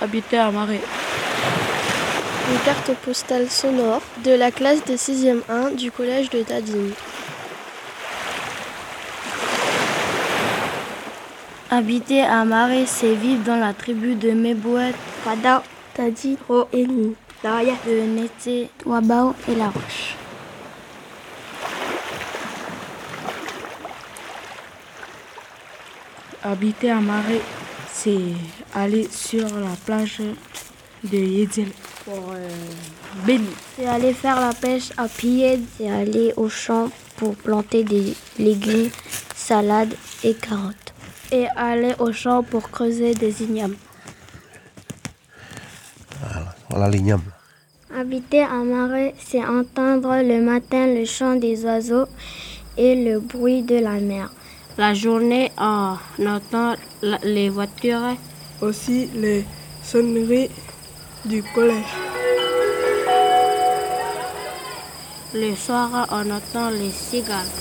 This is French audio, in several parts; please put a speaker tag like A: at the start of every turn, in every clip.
A: habitait à Marais.
B: Une carte postale sonore de la classe de 6e 1 du collège de Dadine.
C: Habiter à Marais, c'est vivre dans la tribu de Mebouet,
D: Pada,
B: Tadi,
D: Roeni, Naya,
C: de Nété, Wabao et La Roche.
A: Habiter à Marais, c'est aller sur la plage de Yedzel pour euh, baigner.
C: C'est aller faire la pêche à pied.
D: c'est aller au champ pour planter des légumes, salades et carottes.
C: et aller au champ pour creuser des ignames.
E: Voilà l'igname.
D: Habiter à Marais, c'est entendre le matin le chant des oiseaux et le bruit de la mer.
C: La journée, on entend la- les voitures.
A: Aussi les sonneries du collège.
C: Le soir, on entend les cigales.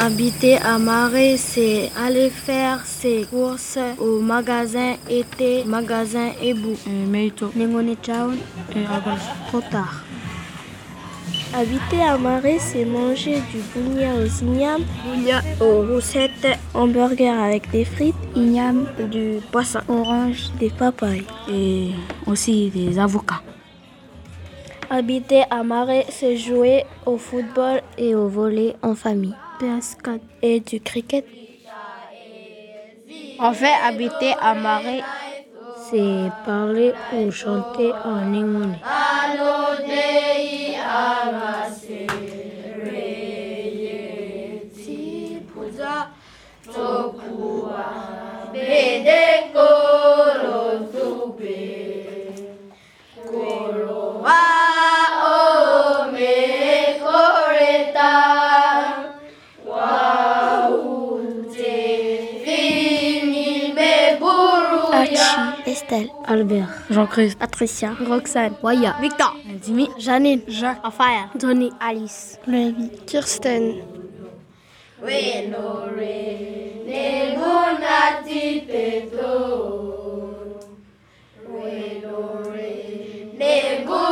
C: Habiter à Marais, c'est aller faire ses courses au magasin été, magasin Ebou.
A: Et Euh, Meito
C: Nengone Town,
A: et Agal.
C: trop tard.
B: Habiter à Marais, c'est manger du bounia aux ignames,
D: Bougnat aux roussettes,
B: hamburger avec des frites,
C: Ignam,
D: du poisson.
C: orange.
B: des papayes.
A: et aussi des avocats.
D: Habiter à Marais, c'est jouer au football et au volley en famille.
C: PS4.
B: Et du cricket.
C: En fait, habiter à Marais,
D: C'est parler ou chanter en Engone.
B: Archie, Estelle,
D: Albert,
A: Jean-Christ,
D: Patricia,
C: Roxane,
D: Waya,
C: Victor,
D: Jimmy, Janine,
A: Jacques,
D: Afaya, Johnny, Alice.
B: Rémi, Kirsten,
F: Nego